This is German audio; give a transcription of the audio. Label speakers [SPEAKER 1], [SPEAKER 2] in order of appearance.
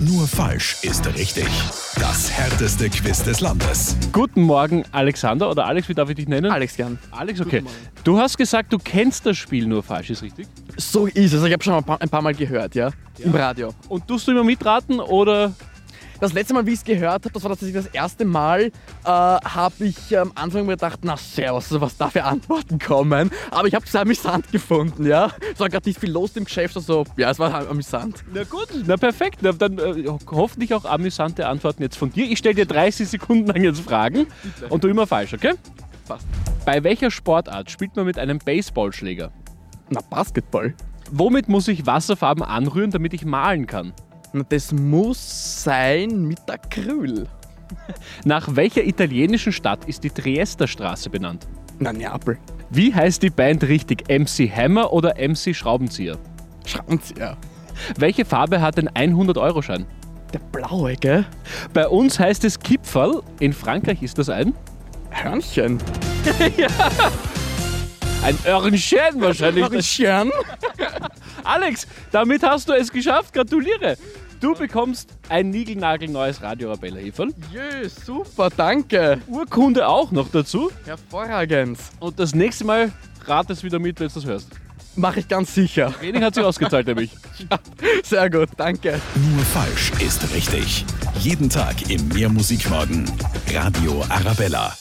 [SPEAKER 1] Nur falsch ist richtig. Das härteste Quiz des Landes.
[SPEAKER 2] Guten Morgen, Alexander. Oder Alex, wie darf ich dich nennen?
[SPEAKER 3] Alex gern.
[SPEAKER 2] Alex, okay. Du hast gesagt, du kennst das Spiel nur falsch, ist richtig?
[SPEAKER 3] So ist es. Ich habe schon ein paar, ein paar Mal gehört, ja? Im Radio.
[SPEAKER 2] Und tust du immer mitraten oder
[SPEAKER 3] Das letzte Mal, wie ich es gehört habe, das war tatsächlich das erste Mal, äh, habe ich am Anfang mir gedacht, na servus, was da für Antworten kommen. Aber ich habe es amüsant gefunden, ja? Es war gerade nicht viel los im Geschäft, also ja, es war amüsant.
[SPEAKER 2] Na gut, na perfekt. Na, dann äh, ho- hoffentlich auch amüsante Antworten jetzt von dir. Ich stelle dir 30 Sekunden lang jetzt Fragen und du immer falsch, okay?
[SPEAKER 3] Passt.
[SPEAKER 2] Bei welcher Sportart spielt man mit einem Baseballschläger?
[SPEAKER 3] Na, Basketball.
[SPEAKER 2] Womit muss ich Wasserfarben anrühren, damit ich malen kann?
[SPEAKER 3] Na, das muss sein mit Acryl.
[SPEAKER 2] Nach welcher italienischen Stadt ist die Triester Straße benannt?
[SPEAKER 3] Na, ne, Neapel.
[SPEAKER 2] Wie heißt die Band richtig? MC Hammer oder MC Schraubenzieher?
[SPEAKER 3] Schraubenzieher.
[SPEAKER 2] Welche Farbe hat ein 100-Euro-Schein?
[SPEAKER 3] Der blaue, gell?
[SPEAKER 2] Bei uns heißt es Kipferl, in Frankreich ist das ein?
[SPEAKER 3] Hörnchen.
[SPEAKER 2] Ein Örnchen wahrscheinlich.
[SPEAKER 3] Hörnchen?
[SPEAKER 2] Alex, damit hast du es geschafft. Gratuliere. Du bekommst ein niegelnagelneues Radio Arabella Heferl.
[SPEAKER 3] Jö, super, danke.
[SPEAKER 2] Urkunde auch noch dazu.
[SPEAKER 3] Hervorragend.
[SPEAKER 2] Und das nächste Mal rat es wieder mit, wenn du das hörst.
[SPEAKER 3] Mache ich ganz sicher.
[SPEAKER 2] Wenig hat sich ausgezahlt, nämlich.
[SPEAKER 3] Sehr gut, danke.
[SPEAKER 1] Nur falsch ist richtig. Jeden Tag im Mehrmusikmorgen. Radio Arabella.